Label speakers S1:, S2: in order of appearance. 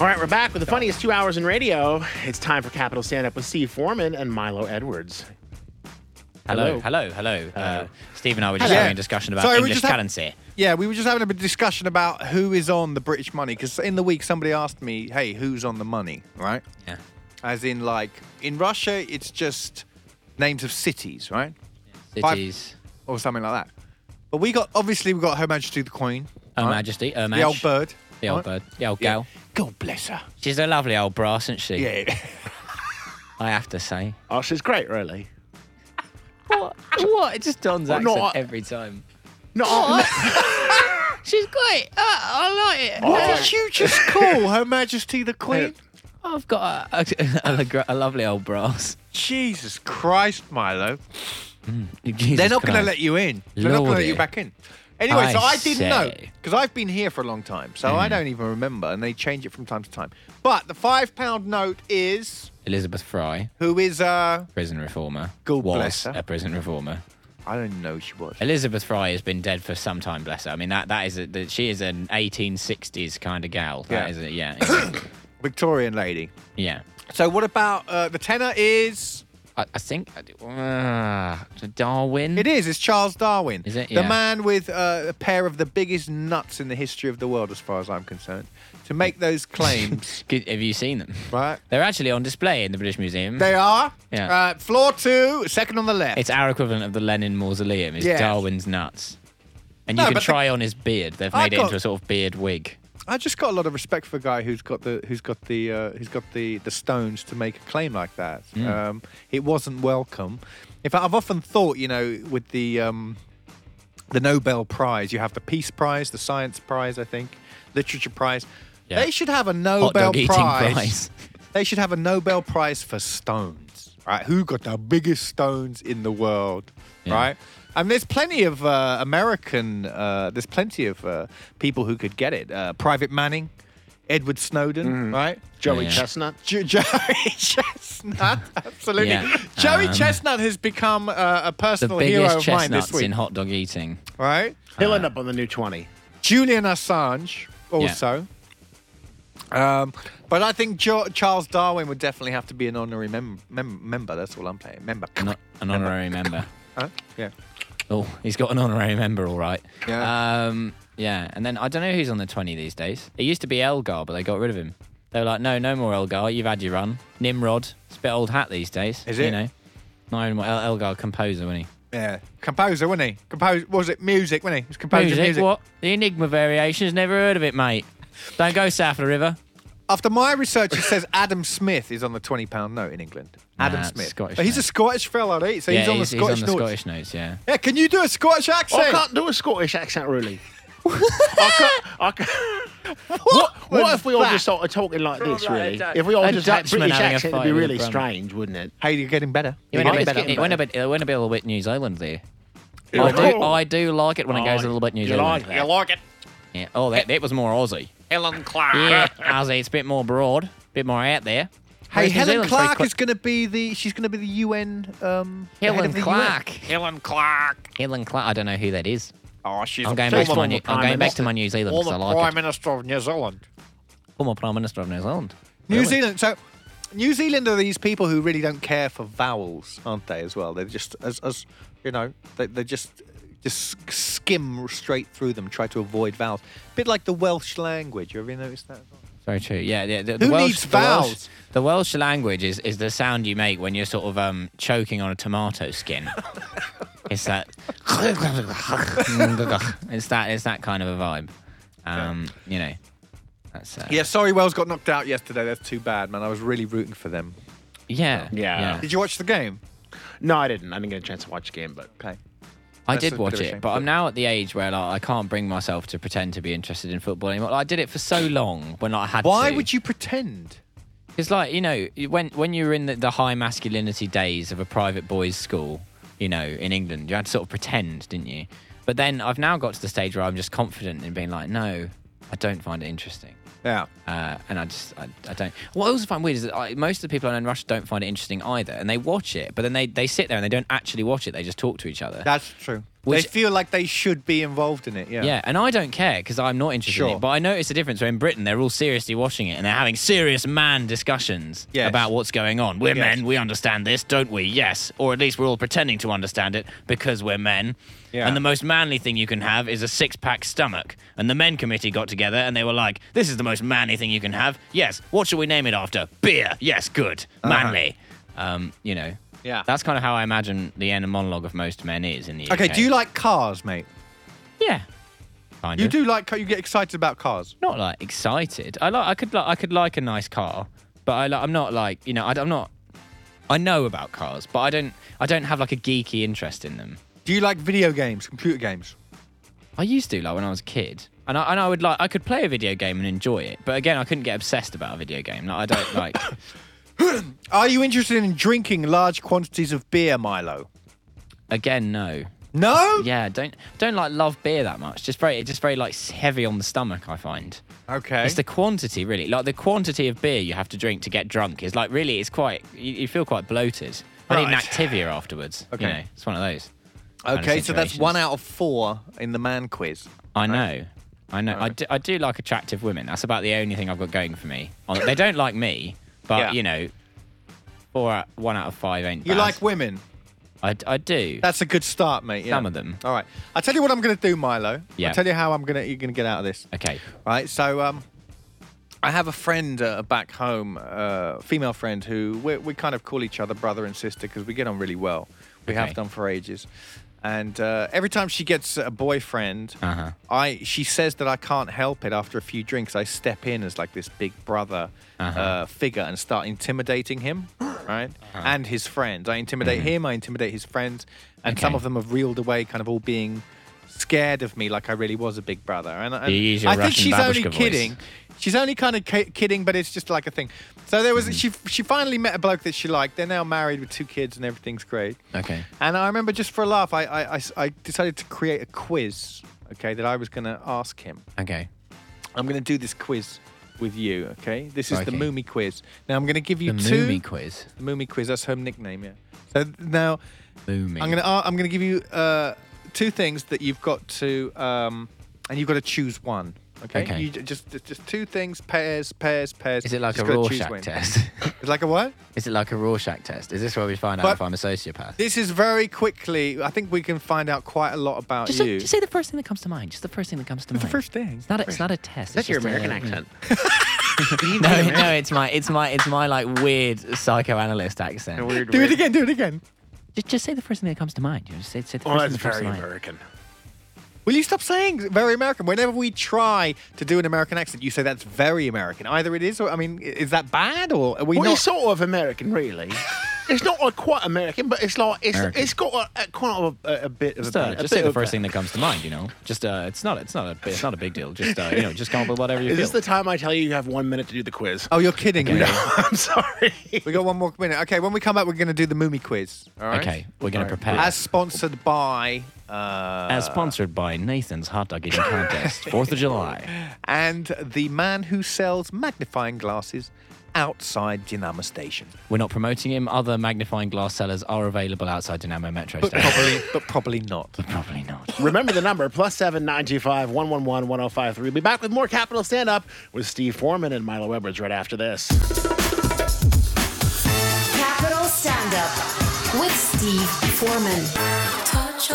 S1: All right, we're back with the funniest two hours in radio. It's time for Capital Stand Up with Steve Foreman and Milo Edwards.
S2: Hello, hello, hello. Uh, Steve and I were just having a discussion about
S3: Sorry, we
S2: English
S3: just had-
S2: currency.
S3: Yeah, we were just having a bit of discussion about who is on the British money because in the week somebody asked me, "Hey, who's on the money?" Right?
S2: Yeah.
S3: As in, like in Russia, it's just names of cities, right, Five-
S2: Cities.
S3: or something like that. But we got obviously we got Her Majesty the Queen,
S2: Her
S3: right?
S2: Majesty, Her
S3: the old
S2: Maj-
S3: bird,
S2: The old
S3: right?
S2: bird. The old
S3: Yeah.
S2: gal.
S3: God bless her.
S2: She's a lovely old brass, isn't she?
S3: Yeah.
S2: I have to say.
S1: Oh, she's great, really.
S2: What? What? It just Don's
S1: Oh, no,
S2: accent
S1: I-
S2: every time.
S1: No,
S2: She's great. Uh, I like it.
S3: Did you just call Her Majesty the Queen?
S2: I've got a, a, a, a lovely old brass.
S3: Jesus Christ, Milo.
S2: Jesus
S3: They're not going to
S2: Christ.
S3: let you in. They're not going to
S2: Lordy.
S3: let you back in. Anyway,
S2: I
S3: so I didn't know
S2: say. Hmm.
S3: because I've been here for a long time, so I don't even remember, and they change it from time to time. But the five pound note is
S2: Elizabeth Fry,
S3: who is uh
S2: prison reformer.
S3: God
S2: was
S3: bless her.
S2: a prison reformer.
S3: I don't know who she was.
S2: Elizabeth Fry has been dead for some time, bless her. I mean, that that is a, that she is an 1860s kind of gal. That
S3: Yeah.
S2: is a, yeah, yeah.
S3: Victorian lady.
S2: yeah.
S3: So what about uh, the tenor is?
S2: I, I think uh, Darwin.
S3: It is. It's Charles Darwin.
S2: Is it?
S3: The
S2: Yeah.
S3: man with uh, a pair of the biggest nuts in the history of the world, as far as I'm concerned, to make those claims.
S2: Good- Have you seen them?
S3: right.
S2: They're actually on display in the British Museum.
S3: They are.
S2: Yeah.
S3: Uh, floor two, second on the left.
S2: It's our equivalent of the Lenin Mausoleum. Is
S3: Yes.
S2: Darwin's nuts, and you
S3: No,
S2: can
S3: but the-
S2: try on his beard. They've
S3: I
S2: made it
S3: got-
S2: into a sort of beard wig.
S3: I just got a lot of respect for a guy who's got the who's got the uh, who's got the the stones to make a claim like that.
S2: Mm.
S3: Um, it wasn't welcome. In fact, I've often thought, you know, with the um, the Nobel Prize, you have the Peace Prize, the Science Prize, I think, Literature Prize.
S2: Yeah.
S3: They should have a
S2: Hot
S3: Nobel
S2: dog eating
S3: Prize.
S2: prize.
S3: They should have a Nobel Prize for stones, right? Who got the biggest stones in the world,
S2: Yeah.
S3: right? And there's plenty of uh, American, uh, there's plenty of uh, people who could get it. Uh, Private Manning, Edward Snowden,
S2: Mm-hmm.
S3: right?
S1: Joey
S2: Yeah.
S1: Chestnut.
S3: Jo- Joey Chestnut, absolutely.
S2: Yeah,
S3: Joey
S2: um,
S3: Chestnut has become uh, a
S2: The
S3: personal hero
S2: biggest
S3: of mine this
S2: chestnuts
S3: week,
S2: in hot dog eating.
S3: right?
S1: He'll end up on the new 20.
S3: Julian Assange also. Um, but I think jo- Charles Darwin would definitely have to be an honorary mem- mem- member. That's all I'm playing. Member.
S2: Not an honorary member.
S3: Huh? Yeah.
S2: Oh, he's got an honorary member, all right.
S3: Yeah.
S2: Um, yeah, and then I don't know who's on the 20 these days. It used to be Elgar, but they got rid of him. They were like, no, no more Elgar. You've had your run. Nimrod. It's a bit old hat these days.
S3: Is
S2: You
S3: it?
S2: know. Not even El- Elgar, composer, wasn't he?
S3: Yeah. Composer, wasn't he? Compose. What was it music? Wasn't he? He was composer
S2: music,
S3: of music.
S2: What? The Enigma variations. Never heard of it, mate. Don't go south of the river.
S3: After my research, it says Adam Smith is on the twenty pound note in England. Adam
S2: Nah, it's
S3: Smith.
S2: Scottish,
S3: but he's
S2: mate.
S3: a Scottish fella, right? So
S2: yeah,
S3: he's on
S2: he's,
S3: the Scottish
S2: he's on the
S3: notes.
S2: Scottish notes. Yeah.
S3: Yeah. Can you do a Scottish
S1: Oh, I
S3: accent?
S1: can't do a Scottish accent, really. I can't, I can't.
S3: What?
S1: What
S3: was
S1: if we all
S3: that?
S1: just started talking like this,
S2: Right,
S1: really?
S2: Dutch-
S1: If we all
S2: a
S1: just had
S2: Dutchman
S1: British
S2: having a
S1: accent, it'd
S2: fight
S1: be
S2: with
S1: really
S2: Brum.
S1: strange, wouldn't it?
S3: Hey, you're getting better.
S2: It went,
S1: might
S2: a
S1: be
S2: bit,
S1: getting
S2: it, went a
S1: better.
S2: bit, it went a bit a little bit New Zealand there.
S1: Yeah.
S2: I do,
S1: Oh.
S2: I do like it when it goes a little bit New
S1: You
S2: Zealand.
S1: like that? You like it?
S2: Yeah. Oh, that, that was more Aussie.
S1: Ellen Clark.
S2: Yeah, Aussie. It's a bit more broad, a bit more out there.
S3: Hey,
S2: Whereas New
S3: Helen
S2: Zealand's very
S3: Clark
S2: cl-
S3: is going to be the. She's going to be the UN. Um, the head
S2: Helen
S3: of the
S2: Clark.
S1: Ellen Clark.
S2: Helen Clark. I don't know who that is.
S3: Oh, she's
S2: I'm going
S1: former
S2: back to my New,
S1: Prime
S2: I'm going back
S1: Minister.
S2: to my New Zealand because I like it.
S3: Minister of New Zealand.
S2: Former Prime Minister of New Zealand.
S3: New
S2: Really?
S3: Zealand. So, New Zealand are these people who really don't care for vowels, aren't they? As well, they're just as as you know, they they just just skim straight through them, try to avoid vowels. bit like the Welsh language. You ever noticed that?
S2: Very true. Yeah. yeah the, the
S3: Who
S2: Welsh,
S3: needs
S2: the Welsh-
S3: vowels?
S2: The Welsh, language is, is the sound you make when you're sort of um, choking on a tomato skin. it's that. it's that. It's that kind of a vibe. Um, You know. That's. Uh,
S3: Yeah, sorry, Wales got knocked out yesterday. That's too bad, man. I was really rooting for them.
S2: Yeah.
S1: Yeah.
S3: Did you watch the game?
S1: No, I didn't. I didn't get a chance to watch the game, but
S3: Okay.
S2: I
S3: That's
S2: did
S3: a bit
S2: watch
S3: of a
S2: it,
S3: shame.
S2: but I'm now at the age where like, I can't bring myself to pretend to be interested in football anymore. Like, I did it for so long when I had
S3: Why
S2: to.
S3: would you pretend?
S2: It's like you know when when you were in the, the high masculinity days of a private boys' school, you know, in England, you had to sort of pretend, didn't you? But then I've now got to the stage where I'm just confident in being like, no, I don't find it interesting.
S3: Yeah.
S2: Uh, and I just, I, I don't. What I also find weird is that I, most of the people I know in Russia don't find it interesting either. And they watch it, but then they, they sit there and they don't actually watch it. They just talk to each other.
S3: That's true. they feel like they should be involved in it. Yeah.
S2: Yeah, and I don't care because I'm not interested in
S3: Sure.
S2: it. But I notice the difference where in Britain they're all seriously watching it and they're having serious man discussions
S3: Yes.
S2: about what's going on. We're
S3: Yes.
S2: men, we understand this, don't we? Yes. Or at least we're all pretending to understand it because we're men.
S3: Yeah.
S2: And the most manly thing you can have is a six pack stomach. And the men committee got together and they were like, This is the most manly thing you can have. Yes. What shall we name it after? Beer. Yes, good. Manly. Um, you know.
S3: Uh-huh. Yeah.
S2: That's kind of how I imagine the end monologue of most men is in the
S3: Okay.
S2: UK.
S3: Do you like cars, mate?
S2: Yeah. Kind
S3: You
S2: of.
S3: do like. ca- You get excited about cars.
S2: not like excited. I like I could like I could like a nice car, but I like, I'm not like you know I, am not. I know about cars, but I don't I don't have like a geeky interest in them.
S3: Do you like video games, computer games?
S2: I used to like when I was a kid, and I and I would like I could play a video game and enjoy it, but again I couldn't get obsessed about a video game. Like I don't like.
S3: Are you interested in drinking large quantities of beer, Milo?
S2: again, no.
S3: No.
S2: Yeah, don't don't like love beer that much. Just very just very like heavy on the stomach. I find.
S3: Okay.
S2: It's the quantity, really. Like the quantity of beer you have to drink to get drunk is like really, it's quite. You, you feel quite bloated. I need an
S3: Right.
S2: Activia afterwards.
S3: Okay.
S2: You know, it's one of those. kind of
S3: okay. So that's
S2: situations.
S3: one out of four in the man quiz.
S2: I know. I know. I, do, I do like attractive women. That's about the only thing I've got going for me. Oh, They don't like me, but
S3: Yeah.
S2: you know, four out, one out of five ain't.
S3: You
S2: bad.
S3: like women.
S2: I, I do.
S3: That's a good start, mate. yeah.
S2: Some of them.
S3: All right. I'll tell you what I'm going to do, Milo.
S2: Yeah.
S3: I'll tell you how I'm going to you're going to get out of this.
S2: okay.
S3: Right. So um I have a friend uh, back home, uh, female friend who we, we kind of call each other brother and sister because we get on really well. We
S2: Okay.
S3: have done for ages. And uh, every time she gets a boyfriend,
S2: Uh-huh.
S3: I she says that I can't help it. After a few drinks, I step in as like this big brother
S2: Uh-huh.
S3: uh, figure and start intimidating him, right? And his friends. I intimidate him. I intimidate his friends, and some
S2: Mm-hmm. Okay.
S3: of them have reeled away, kind of all being scared of me, like I really was a big brother. And, and
S2: You use your
S3: I think
S2: Russian
S3: she's
S2: babushka
S3: only
S2: voice.
S3: kidding. She's only kind of ki- kidding, but it's just like a thing. So there
S2: Hmm.
S3: was she she finally met a bloke that she liked. They're now married with two kids, and everything's great.
S2: Okay.
S3: And I remember just for a laugh, I I, I s- I decided to create a quiz. Okay, that I was going to ask him.
S2: Okay.
S3: I'm going to do this quiz with you. Okay, this is the
S2: Okay.
S3: Moomy quiz. Now I'm going to give
S2: The
S3: you two.
S2: Moomy quiz.
S3: The Moomy quiz. That's her nickname. Yeah. So th- now
S2: Moomy.
S3: I'm gonna uh, I'm gonna give you uh, two things that you've got to um, and you've got to choose one. Okay.
S2: Okay.
S3: You j- just just just two things, pairs, pairs, pairs.
S2: Is it like
S3: Just
S2: a
S3: gotta choose
S2: Rorschach
S3: one.
S2: test?
S3: It's like a what?
S2: is it like a Rorschach test? Is this where we find out
S3: But-
S2: if I'm a sociopath?
S3: This is very quickly. I think we can find out quite a lot about
S2: Just,
S3: Uh, you.
S2: just say the first thing that comes to mind. Just the first thing that comes to
S3: the
S2: mind.
S3: first thing.
S2: It's not. A, it's not a test.
S1: That's
S2: it's
S1: your
S2: just a-
S1: American accent.
S2: No, no, it's my, it's my, it's my like weird psychoanalyst
S1: A
S2: accent.
S1: weird
S3: Do
S1: way-
S3: it again. Do it again.
S2: Just, just say the first thing that comes to mind. You know, just say, say the
S1: Oh,
S2: first
S1: that's
S2: thing that comes
S1: very
S2: to mind.
S1: American.
S3: Will you stop saying very American? Whenever we try to do an American accent, you say that's very American. Either it is, or I mean, i- is that bad, or are we
S1: Well,
S3: not?
S1: it's sort of American, really. It's not like quite American, but it's like it's
S2: American.
S1: it's got a, a kind of a, a bit of
S2: Just,
S1: a,
S2: uh,
S1: bit- a
S2: just
S1: bit
S2: say the
S1: of a-
S2: first thing that comes to mind. You know, just uh, it's not, it's not a, it's not a big deal. Just uh, you know, just come up with whatever you
S1: Is
S2: feel.
S1: this the time I tell you you have one minute to do the quiz?
S3: oh, you're kidding me.
S1: I'm sorry.
S3: We got one more minute. Okay, when we come back, we're going to do the Moomy quiz. All right.
S2: okay, we're gonna prepare.
S3: As sponsored by. Uh,
S2: As sponsored by Nathan's Hot Dog Eating Contest, Fourth of July.
S3: and the man who sells magnifying glasses outside Dinamo Station.
S2: We're not promoting him. Other magnifying glass sellers are available outside Dynamo Metro
S3: But
S2: Station.
S3: probably, but probably not.
S2: Probably not.
S1: Remember the number plus seven nine two five one one one one zero five three. We'll be back with more Capital Stand Up with Steve Foreman and Milo Edwards right after this.
S4: Capital Stand Up with Steve Foreman.